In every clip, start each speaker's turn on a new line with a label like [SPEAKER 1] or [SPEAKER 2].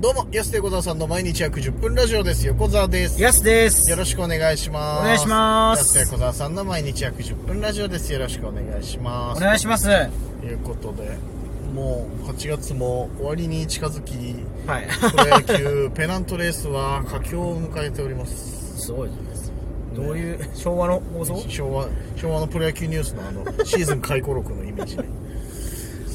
[SPEAKER 1] どうも、安手小沢さんの毎日約10分ラジオです。横澤です。
[SPEAKER 2] やすです。
[SPEAKER 1] よろしくお願いします。
[SPEAKER 2] お願いします
[SPEAKER 1] 安手小沢さんの毎日約10分ラジオです。よろしくお願いしま
[SPEAKER 2] お
[SPEAKER 1] す。
[SPEAKER 2] 願いします。は
[SPEAKER 1] ということで、もう8月も終わりに近 づき、
[SPEAKER 2] い。
[SPEAKER 1] プロ野球ペナントレースは佳境を迎えております。
[SPEAKER 2] すごいです。どういう、昭和の放送
[SPEAKER 1] 昭和、昭和のプロ野球ニュースのあの、シーズン回顧録のイメー ジね。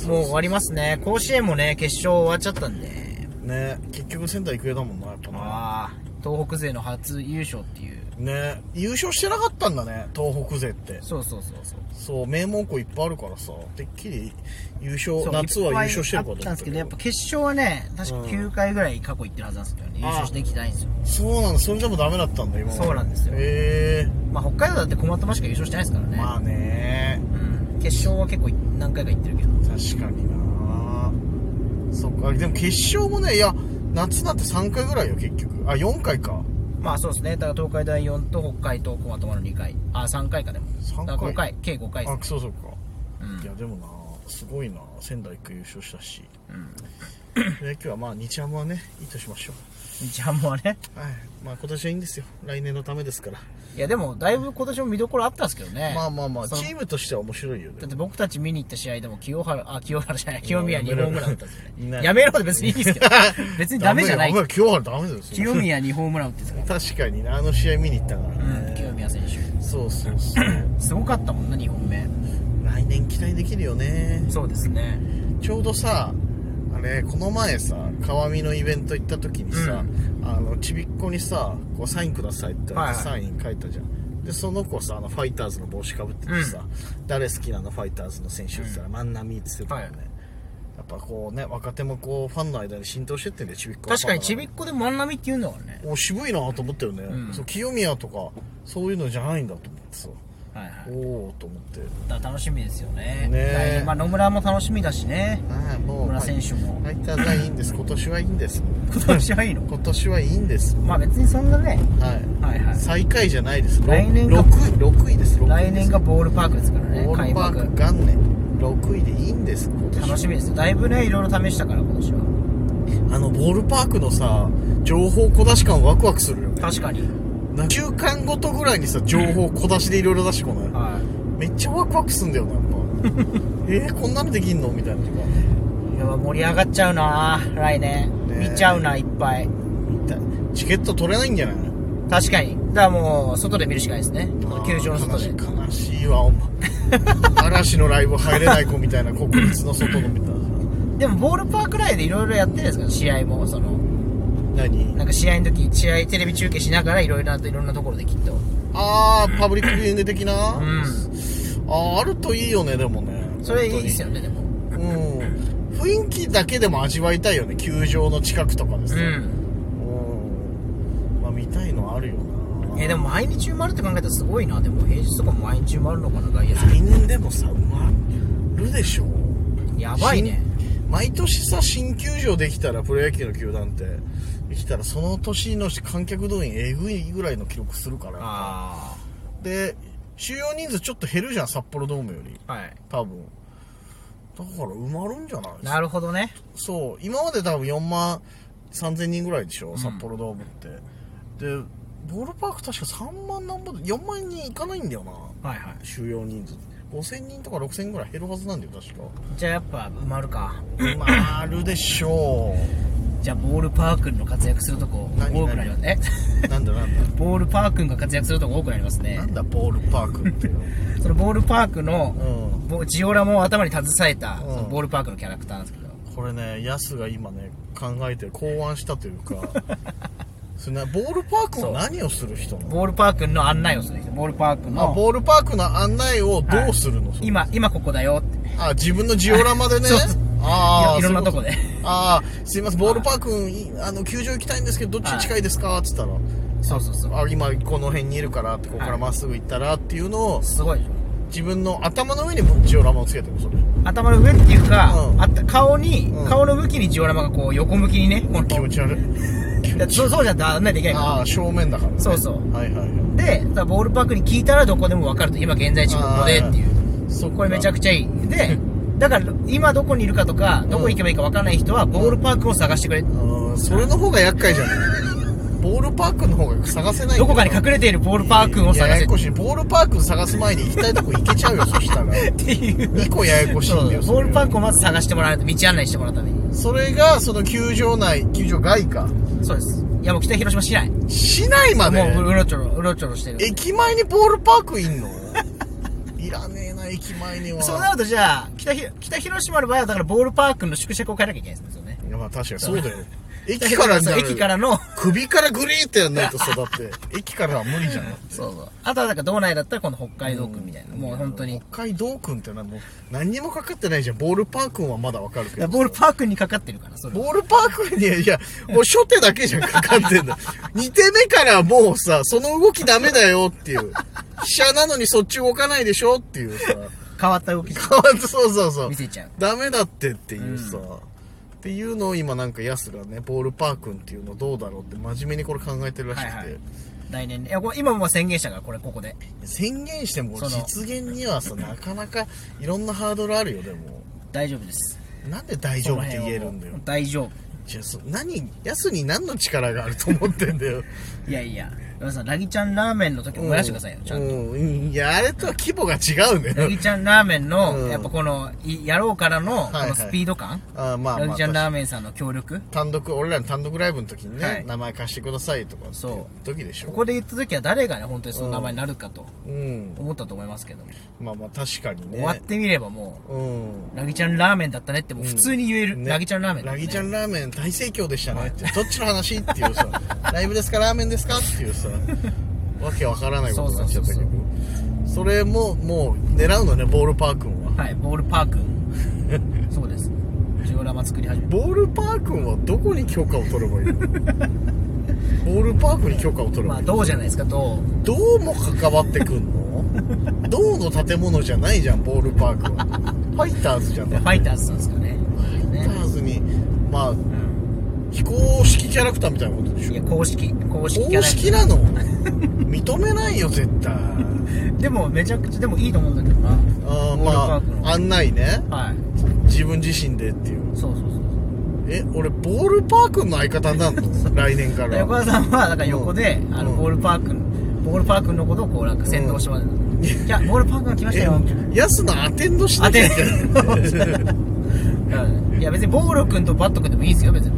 [SPEAKER 2] もう終わりますね。甲子園もね、決勝終わっちゃったんで。
[SPEAKER 1] ね結局仙台育英だもんな、やっぱな。
[SPEAKER 2] ああ、東北勢の初優勝っていう。
[SPEAKER 1] ね優勝してなかったんだね、東北勢って。
[SPEAKER 2] そうそうそうそう。
[SPEAKER 1] そう名門校いっぱいあるからさてっきり優勝
[SPEAKER 2] そう
[SPEAKER 1] 夏はい
[SPEAKER 2] っ
[SPEAKER 1] 優
[SPEAKER 2] ぱい
[SPEAKER 1] 勝してるかと
[SPEAKER 2] あっ
[SPEAKER 1] 思
[SPEAKER 2] たん
[SPEAKER 1] っ
[SPEAKER 2] で
[SPEAKER 1] た
[SPEAKER 2] すけ
[SPEAKER 1] け
[SPEAKER 2] ど、やっ
[SPEAKER 1] ど
[SPEAKER 2] ぱ決勝はね、確か
[SPEAKER 1] うん
[SPEAKER 2] 9回ぐらい過去行ってるはずなんですけどね、優勝してきてないんですよ。
[SPEAKER 1] そうなんだそれじゃもうダメだったんだ今ま
[SPEAKER 2] そうなんですよ
[SPEAKER 1] へえ
[SPEAKER 2] まあ北海道だって小松ましか優勝してないですからね。
[SPEAKER 1] まあね
[SPEAKER 2] うん。決勝は結構何回か行ってるけど。
[SPEAKER 1] 確かになそっかでも決勝もねいや夏なんて3回ぐらいよ結局あ4回か
[SPEAKER 2] まあそうですね。だから東海大4と北海と小松まの2回。あ、3回かでも。
[SPEAKER 1] 三回
[SPEAKER 2] だから5回。計5回です
[SPEAKER 1] あ
[SPEAKER 2] ね。
[SPEAKER 1] そうそうか、
[SPEAKER 2] うん
[SPEAKER 1] いやでもなすごいな仙台育英優勝した し
[SPEAKER 2] うん。
[SPEAKER 1] プロ野球はまあ日ハムはねいいとしましょ
[SPEAKER 2] 日ハムはね。
[SPEAKER 1] うはいまあ今年はいいんですよ来年のためですから
[SPEAKER 2] いやでも、だいぶ今年も見どころあったんですけどね。
[SPEAKER 1] まあまあまあ
[SPEAKER 2] その
[SPEAKER 1] チームとしては面白いよね
[SPEAKER 2] だって僕たち見に行った試合でも清原、あ、清原じゃない、清宮2本ぐらいだったんです
[SPEAKER 1] い
[SPEAKER 2] よ
[SPEAKER 1] な
[SPEAKER 2] ね。
[SPEAKER 1] い
[SPEAKER 2] やめろって別にいいですけど。 別にダメじゃない
[SPEAKER 1] ダメ。よ今日はダメですよ
[SPEAKER 2] 清宮2本ぐらい打ってたから。
[SPEAKER 1] 確かにねあの試合見に行ったから
[SPEAKER 2] うん、
[SPEAKER 1] ね、
[SPEAKER 2] 清宮選手。
[SPEAKER 1] そうそうそう
[SPEAKER 2] すごかったもんな、2本目。
[SPEAKER 1] 来年期待できるよね
[SPEAKER 2] そうですね。
[SPEAKER 1] ちょうどさあれこの前さ川見のイベント行った時にさ、あのちびっこにさこうサインくださいって言われて
[SPEAKER 2] は
[SPEAKER 1] サイン書いたじゃん、でその子さあのファイターズの帽子かぶっててさ、誰好きなのファイターズの選手って言ったら万波って言ってたよね、
[SPEAKER 2] はい
[SPEAKER 1] やっぱこうね若手もこうファンの間に浸透してってんだよちびっこ
[SPEAKER 2] 確かにちび
[SPEAKER 1] っ
[SPEAKER 2] っこで万波って言うんだからね。
[SPEAKER 1] お渋いなと思ったよね、
[SPEAKER 2] うん
[SPEAKER 1] そう清宮とかそういうのじゃないんだと思ってさ
[SPEAKER 2] はいはい。
[SPEAKER 1] おおと思って
[SPEAKER 2] だから楽しみですよね。
[SPEAKER 1] ねえ
[SPEAKER 2] 来年まあ野村も楽しみだしね。
[SPEAKER 1] はいも
[SPEAKER 2] 野村選手も
[SPEAKER 1] フ。ァイターズはいいん です今年はいいんです
[SPEAKER 2] 今年はいいの
[SPEAKER 1] 今年はいいんです
[SPEAKER 2] まあ別にそんなね。
[SPEAKER 1] はい
[SPEAKER 2] はいはい。
[SPEAKER 1] 最下位じゃないです
[SPEAKER 2] 来年
[SPEAKER 1] ろ
[SPEAKER 2] が
[SPEAKER 1] 六位六位です六位
[SPEAKER 2] 来
[SPEAKER 1] で
[SPEAKER 2] 年
[SPEAKER 1] す
[SPEAKER 2] がボールパークですからね、
[SPEAKER 1] ボー
[SPEAKER 2] 開
[SPEAKER 1] ルパ
[SPEAKER 2] 幕
[SPEAKER 1] ー。ク元年6位でいいんです今年
[SPEAKER 2] 楽しみですよだいぶねいろいろ試したから今年は
[SPEAKER 1] あのボールパークのさ情報小出し感ワクワクするよね
[SPEAKER 2] 確かに
[SPEAKER 1] 何週間ごとぐらいにさ情報小出しでいろいろ出してこない、
[SPEAKER 2] はい
[SPEAKER 1] めっちゃワクワクすんだよなやっ ぱえー、こんなのできんのみたいなとか
[SPEAKER 2] いや盛り上がっちゃうな来年
[SPEAKER 1] ねえ
[SPEAKER 2] 見ちゃうないっぱい
[SPEAKER 1] みたいチケット取れないんじゃない
[SPEAKER 2] 確かにだからもう外で見るしかないですね球場の外で
[SPEAKER 1] あー悲しい悲しいわ お前嵐のライブ入れない子みたいな国立の外のみたいな
[SPEAKER 2] でもボールパーク内でいろいろやってるんですから試合もその
[SPEAKER 1] 何
[SPEAKER 2] なんか試合の時試合テレビ中継しながらいろいろないろんなところできっと
[SPEAKER 1] ああパブリックビューイング的な、
[SPEAKER 2] うん
[SPEAKER 1] あーあるといいよねでもね
[SPEAKER 2] それいいですよねでも
[SPEAKER 1] 本当にうん雰囲気だけでも味わいたいよね球場の近くとかで
[SPEAKER 2] う
[SPEAKER 1] す
[SPEAKER 2] ん
[SPEAKER 1] うんまあ見たいのはあるよな
[SPEAKER 2] えでも毎日埋まるって考えたらすごいなでも平日とかも毎日埋まるのかな外野手
[SPEAKER 1] 来年でもさ埋まるでしょ
[SPEAKER 2] やばいね
[SPEAKER 1] 新毎年さ新球場できたらプロ野球の球団ってできたらその年の観客動員えぐいぐらいの記録するから
[SPEAKER 2] あ
[SPEAKER 1] で収容人数ちょっと減るじゃん札幌ドームより
[SPEAKER 2] あはい
[SPEAKER 1] 多分だから埋まるんじゃないです
[SPEAKER 2] な
[SPEAKER 1] か
[SPEAKER 2] るほどね
[SPEAKER 1] そう今まで多分4万3000人ぐらいでしょ
[SPEAKER 2] ん
[SPEAKER 1] 札幌ドームって、でボールパーク確か3万何本4万人いかないんだよな
[SPEAKER 2] はいはい
[SPEAKER 1] 収容人数5000人とか6000人ぐらい減るはずなんだよ 確か
[SPEAKER 2] じゃあやっぱ埋まるか
[SPEAKER 1] 埋まるでしょ
[SPEAKER 2] じゃあボールパー君の活躍するとこ
[SPEAKER 1] 何
[SPEAKER 2] 多くなりますね
[SPEAKER 1] うなんだなんだ
[SPEAKER 2] ボールパー君が活躍するとこ多くなりますね
[SPEAKER 1] なんだボールパークってよ
[SPEAKER 2] そのボールパーク
[SPEAKER 1] う
[SPEAKER 2] の
[SPEAKER 1] ん
[SPEAKER 2] ぼジオラマを頭に携えた
[SPEAKER 1] うん
[SPEAKER 2] そのボールパークのキャラクターなんですけど
[SPEAKER 1] これねヤスが今ね考えてる考案したという かそれなボールパークは何をする人なの
[SPEAKER 2] ボールパー君の案内をする人ボールパー君
[SPEAKER 1] あ、
[SPEAKER 2] の
[SPEAKER 1] ボールパークの案内をどうするの、それ
[SPEAKER 2] 今今ここだよって
[SPEAKER 1] あ、自分のジオラマでね
[SPEAKER 2] そうそう。
[SPEAKER 1] ああ、
[SPEAKER 2] いろいろんなと
[SPEAKER 1] そう
[SPEAKER 2] こ
[SPEAKER 1] いう
[SPEAKER 2] で
[SPEAKER 1] と。ああ、すいません、ボールパークい、あの、球場行きたいんですけど、どっちに近いですかって言った
[SPEAKER 2] そうそうそう
[SPEAKER 1] ら、あ、今、この辺にいるからって、ここから
[SPEAKER 2] はい
[SPEAKER 1] まっすぐ行ったらっていうのを、
[SPEAKER 2] すごいでしょ
[SPEAKER 1] 自分の頭の上にジオラマをつけてるのそれ。
[SPEAKER 2] 頭の上っていうか、
[SPEAKER 1] うん
[SPEAKER 2] あった顔に、
[SPEAKER 1] うん
[SPEAKER 2] 顔の向きにジオラマがこう横向きにねこの
[SPEAKER 1] 気持ち悪い。気持
[SPEAKER 2] だ
[SPEAKER 1] ち
[SPEAKER 2] そうそうじゃ案内できないから
[SPEAKER 1] ああ、正面だから、ね。
[SPEAKER 2] そうそう
[SPEAKER 1] はいはいはい。
[SPEAKER 2] でだからボールパークに聞いたらどこでも分かると今現在地ここでっていう
[SPEAKER 1] そ
[SPEAKER 2] これめちゃく
[SPEAKER 1] ち
[SPEAKER 2] ちゃいいでだから今どこにいるかとか
[SPEAKER 1] ん
[SPEAKER 2] どこ行けばいいか分かんない人はボールパークを探してくれ、
[SPEAKER 1] うんそれの方が厄介じゃないボールパークの方が探せない
[SPEAKER 2] どこかに隠れているボールパークを
[SPEAKER 1] いや
[SPEAKER 2] 探
[SPEAKER 1] や
[SPEAKER 2] せ
[SPEAKER 1] や
[SPEAKER 2] っ
[SPEAKER 1] こしいボールパーク探す前に行きたいとこ行けちゃ うよそしたら2
[SPEAKER 2] ていう
[SPEAKER 1] 個ややこしい
[SPEAKER 2] そ
[SPEAKER 1] んだ
[SPEAKER 2] う
[SPEAKER 1] よ
[SPEAKER 2] ボールパー
[SPEAKER 1] ク
[SPEAKER 2] クをまず探してもらわないと道案内してもらうために
[SPEAKER 1] それがその球場内球場外か
[SPEAKER 2] そうですいやもう北広島市内
[SPEAKER 1] 市内まで
[SPEAKER 2] もううろちょろうろちょろしてる
[SPEAKER 1] 駅前にボールパークいんのいらねえな駅前には
[SPEAKER 2] そうなるとじゃあ北ひ北広島の場合はだからボールパークの縮尺を変えなきゃいけないですよね
[SPEAKER 1] いやまあ確かにそうだよ駅からに
[SPEAKER 2] そ
[SPEAKER 1] な
[SPEAKER 2] う
[SPEAKER 1] る
[SPEAKER 2] 駅からの
[SPEAKER 1] 首からグリーってやんないと育って駅からは無理じゃん
[SPEAKER 2] そうそうあとはなんか道内だったらこの北海道区みたいなもう本当に
[SPEAKER 1] 北海道君ってのはもう何にもかかってないじゃんボールパークはまだわかるけど
[SPEAKER 2] ボールパークにかかってるからそれ
[SPEAKER 1] ボールパークには、いや、もう初手だけじゃん、かかって んだ。2手目からもうさ、その動きダメだよっていう。飛車なのにそっち動かないでしょっていう さ。
[SPEAKER 2] 変わった動き
[SPEAKER 1] 変わって、そうそうそう
[SPEAKER 2] 見。せちゃう
[SPEAKER 1] ダメだってっていうさ。っていうのを今なんかヤスがね、ボールパークンっていうのどうだろうって真面目にこれ考えてるらしくて。
[SPEAKER 2] はいはい来年ねいやこれ今もう宣言したからこれここで
[SPEAKER 1] 宣言しても
[SPEAKER 2] その
[SPEAKER 1] 実現にはさ、なかなかいろんなハードルあるよ、でも。
[SPEAKER 2] 大丈夫です
[SPEAKER 1] なんで大丈夫って言えるんだよ
[SPEAKER 2] その辺はもう。大丈
[SPEAKER 1] じゃあ、そ何、ヤスに何の力があると思ってんだ よ。
[SPEAKER 2] 夫いやいや皆さんラギちゃんラーメンの時も燃やしてくださいよちゃんと
[SPEAKER 1] うんいやあれとは規模が違う
[SPEAKER 2] ラ
[SPEAKER 1] ね
[SPEAKER 2] ギちゃんラーメンの、
[SPEAKER 1] うん
[SPEAKER 2] やっぱこのいやろうからのこ
[SPEAKER 1] はいはい
[SPEAKER 2] のスピード感、
[SPEAKER 1] あまあま
[SPEAKER 2] ラギ
[SPEAKER 1] あ
[SPEAKER 2] ちゃんラーメンさんの協力
[SPEAKER 1] 単独俺らの単独ライブの時にね、
[SPEAKER 2] はい
[SPEAKER 1] 名前貸してくださいとかってい
[SPEAKER 2] そう
[SPEAKER 1] 時でしょ
[SPEAKER 2] ここで言った時は誰がね本当にその名前になるかと
[SPEAKER 1] うん
[SPEAKER 2] 思ったと思いますけど、
[SPEAKER 1] まあまあ確かにね
[SPEAKER 2] 終わってみればも
[SPEAKER 1] うん
[SPEAKER 2] うラギちゃんラーメンだったねってもう普通に言える、
[SPEAKER 1] ね
[SPEAKER 2] ラギちゃんラーメンだっ
[SPEAKER 1] ラ
[SPEAKER 2] たね、
[SPEAKER 1] ギちゃんラーメン大盛況でしたねって、どっちの話っていう さライブですかラーメンですかっていうさわけわからないことになっちゃったけど
[SPEAKER 2] そうそ
[SPEAKER 1] それももう狙うのねボールパー君は
[SPEAKER 2] はいボールパ ークそうですジオラマ作り始め
[SPEAKER 1] ボールパー君はどこに許可を取ればいい のボールパークに許可を取ればい
[SPEAKER 2] ま
[SPEAKER 1] い
[SPEAKER 2] あ
[SPEAKER 1] の
[SPEAKER 2] どうじゃないですかどう
[SPEAKER 1] どうも関わってくんのどうの建物じゃないじゃんボールパークはファイターズじゃん
[SPEAKER 2] フ
[SPEAKER 1] フ
[SPEAKER 2] ァイターズなんですかね
[SPEAKER 1] ァイタ
[SPEAKER 2] ね
[SPEAKER 1] ーズにまあ
[SPEAKER 2] うん
[SPEAKER 1] 非公式キャラクターみたいなことでし
[SPEAKER 2] いや
[SPEAKER 1] ょ
[SPEAKER 2] 公式公式キャ
[SPEAKER 1] 公
[SPEAKER 2] ラ
[SPEAKER 1] 式なの認めないよ絶 対
[SPEAKER 2] でもめちゃくちゃでもいいと思うんだけどな
[SPEAKER 1] あー
[SPEAKER 2] ボールパーク
[SPEAKER 1] ま
[SPEAKER 2] の
[SPEAKER 1] あ案内ね
[SPEAKER 2] はい
[SPEAKER 1] 自分自身でっていう
[SPEAKER 2] そうそうそう
[SPEAKER 1] え俺ボールパークの相方になん の来年から
[SPEAKER 2] 横田さんはなんか横で、
[SPEAKER 1] うん
[SPEAKER 2] あの
[SPEAKER 1] うん
[SPEAKER 2] ボールパークのボールパークのことをこうなんか先導してもらって、いやボールパークが来ました
[SPEAKER 1] え
[SPEAKER 2] よみたいな
[SPEAKER 1] やすのアテンドしなきゃいけない
[SPEAKER 2] うんいや別にボール君とバット君でもいいですよ別に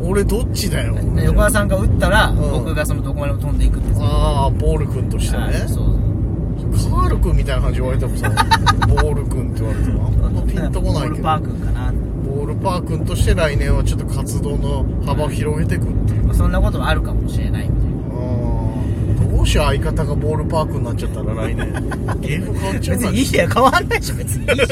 [SPEAKER 2] 僕
[SPEAKER 1] 俺どっちだよ
[SPEAKER 2] で横田さんが打ったら、
[SPEAKER 1] ん
[SPEAKER 2] 僕がそのどこまでも飛んでいくっていう
[SPEAKER 1] ああボール君としてね、
[SPEAKER 2] はいそう
[SPEAKER 1] カール君みたいな感じで言われても さボール君って言われてもあんまピンとこない
[SPEAKER 2] ボ
[SPEAKER 1] け
[SPEAKER 2] ール
[SPEAKER 1] ど
[SPEAKER 2] パークかな
[SPEAKER 1] ボールパー君として来年はちょっと活動の幅を広げていくっていう
[SPEAKER 2] まあそんなこともあるかもしれないみたいな
[SPEAKER 1] うんどうしよう相方がボールパークになっちゃったら来年ゲーム変わっちゃう
[SPEAKER 2] 別
[SPEAKER 1] から
[SPEAKER 2] にいいや変わんないでしょ別にいいじゃんい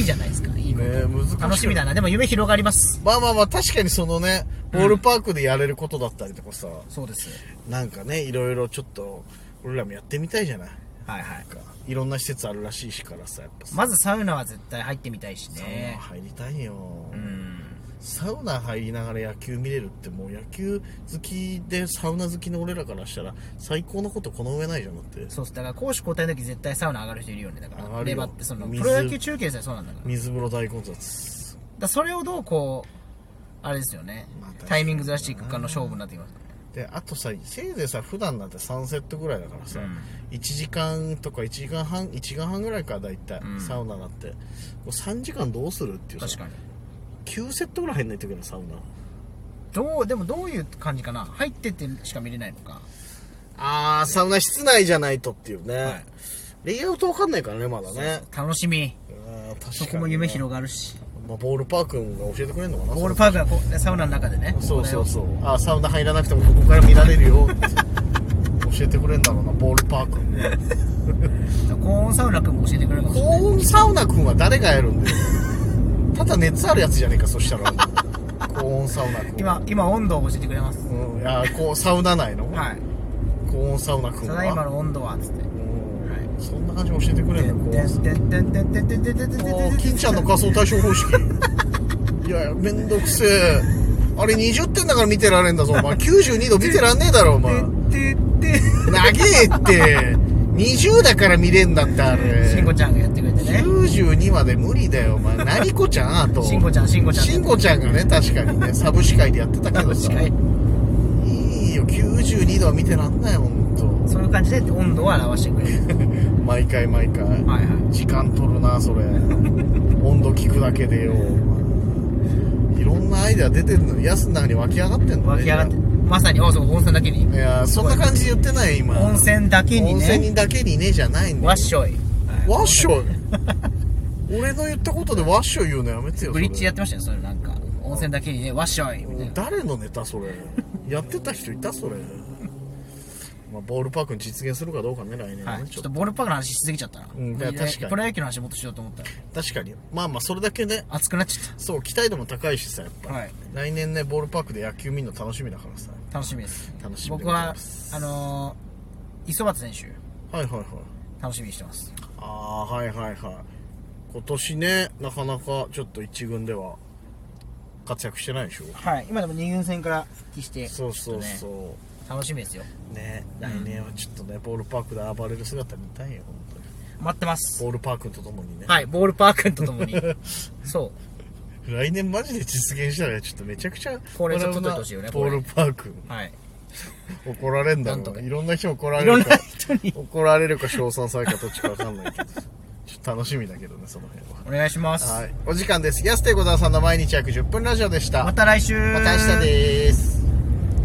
[SPEAKER 2] いじゃないですかいいこと、
[SPEAKER 1] ね難しい
[SPEAKER 2] 楽しみだなでも夢広がります
[SPEAKER 1] まあまあまあ確かにそのねボールパークでやれることだったりとかさ、
[SPEAKER 2] そうです
[SPEAKER 1] なんかねいろいろちょっと俺らもやってみたいじゃない
[SPEAKER 2] はいはい
[SPEAKER 1] なんかいろんな施設あるらしいしからさやっぱさ
[SPEAKER 2] まずサウナは絶対入ってみたいし
[SPEAKER 1] サウナ
[SPEAKER 2] ね
[SPEAKER 1] 入りたいよ、
[SPEAKER 2] うん
[SPEAKER 1] サウナ入りながら野球見れるってもう野球好きでサウナ好きの俺らからしたら最高のことこの上ないじゃんだって
[SPEAKER 2] そうっすだから攻守交代の時絶対サウナ上がる人いるよねだか
[SPEAKER 1] 上が
[SPEAKER 2] ら
[SPEAKER 1] るよ
[SPEAKER 2] レバってそのプ
[SPEAKER 1] 水
[SPEAKER 2] ロ野球中継さえそうなんだからだか
[SPEAKER 1] 水風呂大混雑
[SPEAKER 2] らそれをどうこうあれですよね、
[SPEAKER 1] まあ確かに
[SPEAKER 2] タイミングずらしていくかの勝負になってきます
[SPEAKER 1] であとさせいぜいさ普段なんて3セットぐらいだからさ、
[SPEAKER 2] うん
[SPEAKER 1] 1時間とか1時間半1時間半ぐらいからだいたい
[SPEAKER 2] うん
[SPEAKER 1] サウナだって、もう3時間どうするっていうさ
[SPEAKER 2] 確かに
[SPEAKER 1] 9セットぐらい入んないといけないサウナ
[SPEAKER 2] どうでもどういう感じかな入ってってしか見れないのか
[SPEAKER 1] あーサウナ室内じゃないとっていうね、
[SPEAKER 2] はい
[SPEAKER 1] レイアウトわかんないからねまだね
[SPEAKER 2] 楽しみ
[SPEAKER 1] あー確かにね
[SPEAKER 2] そこも夢広がるし
[SPEAKER 1] まあ、ボールパー君が教えてくれるのかな
[SPEAKER 2] ボールパークはこうサウナの中でね
[SPEAKER 1] そうそう
[SPEAKER 2] こ
[SPEAKER 1] そうあサウナ入らなくてもここから見られるよって教えてくれるんだろうなボールパー君ね
[SPEAKER 2] こで高温サウナ君も教えてくれるかもし
[SPEAKER 1] 高
[SPEAKER 2] れない
[SPEAKER 1] 温サウナ君は誰がやるんだよただ熱あるやつじゃねえかそしたら高温サウナ君
[SPEAKER 2] 今今温度を教えてくれます
[SPEAKER 1] うんいやこうサウナ内の、
[SPEAKER 2] はい
[SPEAKER 1] 高温サウナ君
[SPEAKER 2] た
[SPEAKER 1] は
[SPEAKER 2] だいまの温度はつって
[SPEAKER 1] うん
[SPEAKER 2] はい
[SPEAKER 1] そんな感じで教えてくれるんだよ高温おー金ちゃんの
[SPEAKER 2] 顔
[SPEAKER 1] 仮想対象方式 いやいやめんどくせえあれ20点だから見てられんだぞお前92度見てらんねえだろお前
[SPEAKER 2] てって
[SPEAKER 1] 長えって20だから見れんだってあれ
[SPEAKER 2] しんこちゃんがやってくれてね
[SPEAKER 1] 92まで無理だよお前何子ちゃんあと
[SPEAKER 2] しんこちゃんしんこちゃん
[SPEAKER 1] しんこちゃんがね確かにねサブ司会でやってたけどさ
[SPEAKER 2] 確かに
[SPEAKER 1] いいよ92度は見てらんないほんと
[SPEAKER 2] そういう感じで温度を表してくれる
[SPEAKER 1] 毎回毎回
[SPEAKER 2] はいはい
[SPEAKER 1] 時間取るなそ れ温度聞くだけでよいろんなアイデア出てんのに安の中に湧き上がってんの
[SPEAKER 2] 湧
[SPEAKER 1] ね
[SPEAKER 2] き上がってまさにあそう温泉だけに
[SPEAKER 1] いやそんな感じで言ってない今
[SPEAKER 2] 温泉だけに
[SPEAKER 1] 温泉に
[SPEAKER 2] ね
[SPEAKER 1] だけにねじゃないんだよ
[SPEAKER 2] わっしょいはい
[SPEAKER 1] わっし ょい俺の言ったことでわっしょい言うのやめてよそ
[SPEAKER 2] ブ
[SPEAKER 1] れ
[SPEAKER 2] リッジやってましたよそれなんか温泉だけにねわっしょいみたいな
[SPEAKER 1] 誰のネタそれやってた人いた それまあボールパークに実現するかどうかね来年は
[SPEAKER 2] は
[SPEAKER 1] ね
[SPEAKER 2] い、
[SPEAKER 1] ち
[SPEAKER 2] ち
[SPEAKER 1] ょっ
[SPEAKER 2] ょ
[SPEAKER 1] と
[SPEAKER 2] っとボールパークの話しすぎちゃったな、
[SPEAKER 1] うんいや確かに
[SPEAKER 2] プロ野球の話もっとしようと思ったら
[SPEAKER 1] 確かにまあまあそれだけね
[SPEAKER 2] 熱くなっちゃっ
[SPEAKER 1] そう期待度も高いしさやっぱ、
[SPEAKER 2] はい
[SPEAKER 1] 来年ねボールパークで野球見るの楽しみだからさ
[SPEAKER 2] た楽しみです
[SPEAKER 1] 楽しみで
[SPEAKER 2] 僕
[SPEAKER 1] ございま
[SPEAKER 2] は
[SPEAKER 1] す
[SPEAKER 2] あのー、磯松選手
[SPEAKER 1] はいはいはい
[SPEAKER 2] 楽しみにしてます
[SPEAKER 1] ああーはいはいはい今年ねなかなかちょっと一軍では活躍してないでしょ
[SPEAKER 2] はい今でも二軍戦から復帰して
[SPEAKER 1] そうそう
[SPEAKER 2] ちょっとね
[SPEAKER 1] そ
[SPEAKER 2] 楽しみですよ
[SPEAKER 1] うね来年はちょっとねボールパークで暴れる姿見たいよ本当に
[SPEAKER 2] 待ってます
[SPEAKER 1] ボールパークとともにね
[SPEAKER 2] はいボールパークととも にそう
[SPEAKER 1] 来年マジで実現したらちょっとめちゃくちゃ
[SPEAKER 2] これちょっ
[SPEAKER 1] 笑
[SPEAKER 2] と
[SPEAKER 1] うな
[SPEAKER 2] 撮ってほしいよね
[SPEAKER 1] ボールパーク
[SPEAKER 2] はい
[SPEAKER 1] 怒られんだ
[SPEAKER 2] な
[SPEAKER 1] ろ
[SPEAKER 2] んと
[SPEAKER 1] う
[SPEAKER 2] か
[SPEAKER 1] ねいろんな人怒ら
[SPEAKER 2] い
[SPEAKER 1] れ
[SPEAKER 2] ろん
[SPEAKER 1] るか
[SPEAKER 2] な人に
[SPEAKER 1] 怒られるか称賛されるかどっちかわかんないけどちょっと楽しみだけどねその辺
[SPEAKER 2] お願いします、
[SPEAKER 1] ははいお時間です安手小沢さんの毎日約10分ラジオでした
[SPEAKER 2] ま
[SPEAKER 1] ま
[SPEAKER 2] た来週
[SPEAKER 1] た明日です